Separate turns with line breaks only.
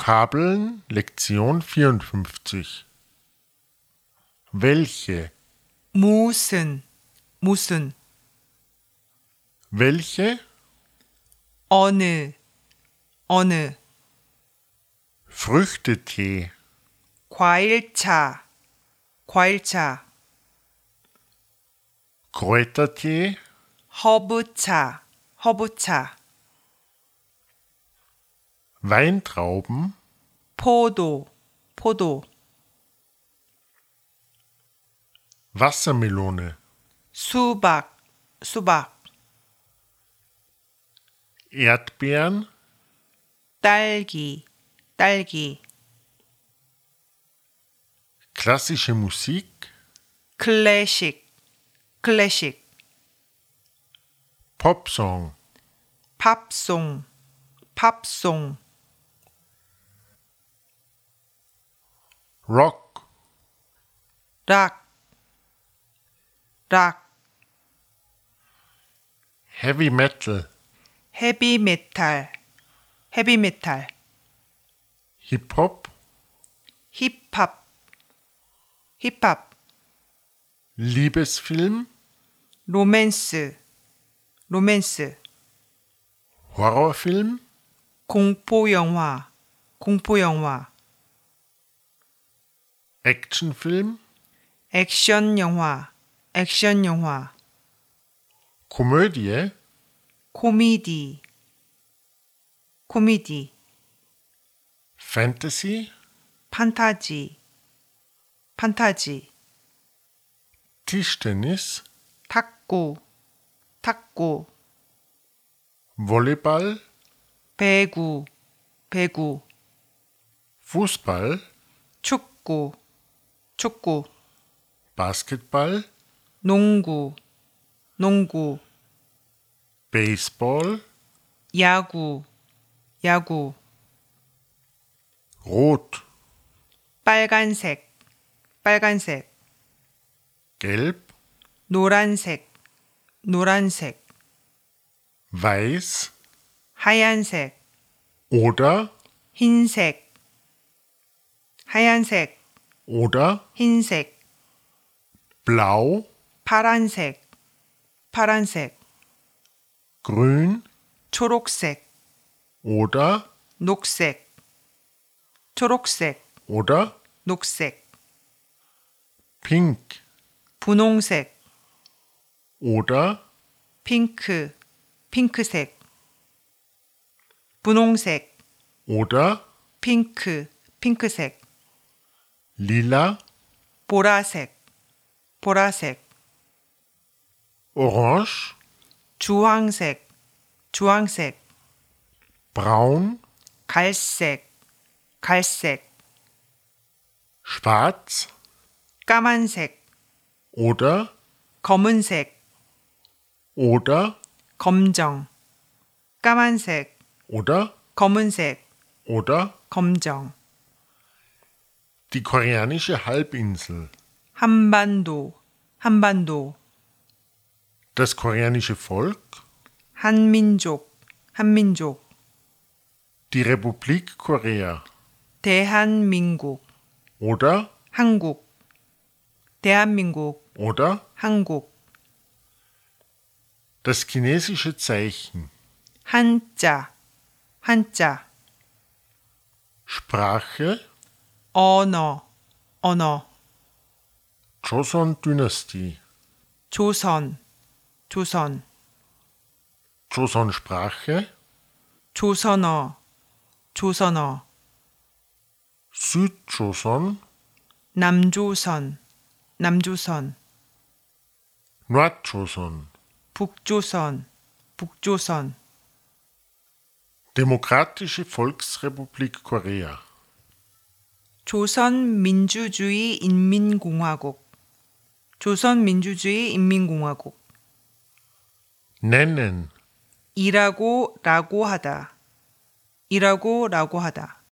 Vokabeln Lektion 54 Welche,
무슨, 무슨,
welche,
어느, 어느,
Früchtetee,
과일차, 과일차,
Kräutertee,
허브차, 허브차,
Weintrauben,
포도, 포도,
Wassermelone,
수박, 수박,
Erdbeeren,
딸기, 딸기,
klassische Musik,
클래식, 클래식,
Popsong,
팝송, 팝송,
Rock,
락, 락,
Heavy Metal,
헤비메탈, 헤비메탈,
Hip-Hop,
힙합, 힙합,
Liebesfilm,
로맨스, 로맨스,
Horrorfilm,
공포 영화, 공포 영화,
Actionfilm,
액션 영화, 액션 영화,
Komödie,
코미디, 코미디,
Fantasy,
판타지, 판타지,
Tischtennis,
탁구, 탁구,
Volleyball,
배구, 배구,
Fußball,
축구, 축구,
Basketball,
농구, 농구,
Baseball,
야구, 야구,
Rot,
빨간색, 빨간색,
Gelb,
노란색, 노란색,
Weiß
하얀색,
oder
흰색, 하얀색,
oder
흰색,
Blau,
파란색, 파란색,
Grün
초록색,
oder
녹색, 초록색,
oder
녹색,
Pink
분홍색,
oder
핑크, 핑크색, 분홍색,
oder
핑크, 핑크색,
Lila,
보라색, 보라색,
Orange,
주황색, 주황색,
Braun,
갈색, 갈색,
Schwarz
까만색,
oder
검은색,
oder
검정, 까만색,
oder
검은색,
oder
검정,
die koreanische Halbinsel,
한반도, 한반도,
das koreanische Volk,
한민족, 한민족,
die Republik Korea
대한민국,
oder
한국, 대한민국,
oder
한국,
das chinesische Zeichen,
한자, 한자,
Sprache
언어, 언어,
Joseon Dynastie,
조선, 조선,
Joseon Sprache,
조선어, 조선어,
Südjoseon,
남조선, 남조선,
Nordjoseon,
북조선, 북조선,
Demokratische Volksrepublik Korea,
조선민주주의 인민공화국, 조선민주주의 인민공화국,
nennen,
이라고 라고 하다, 이라고 라고 하다,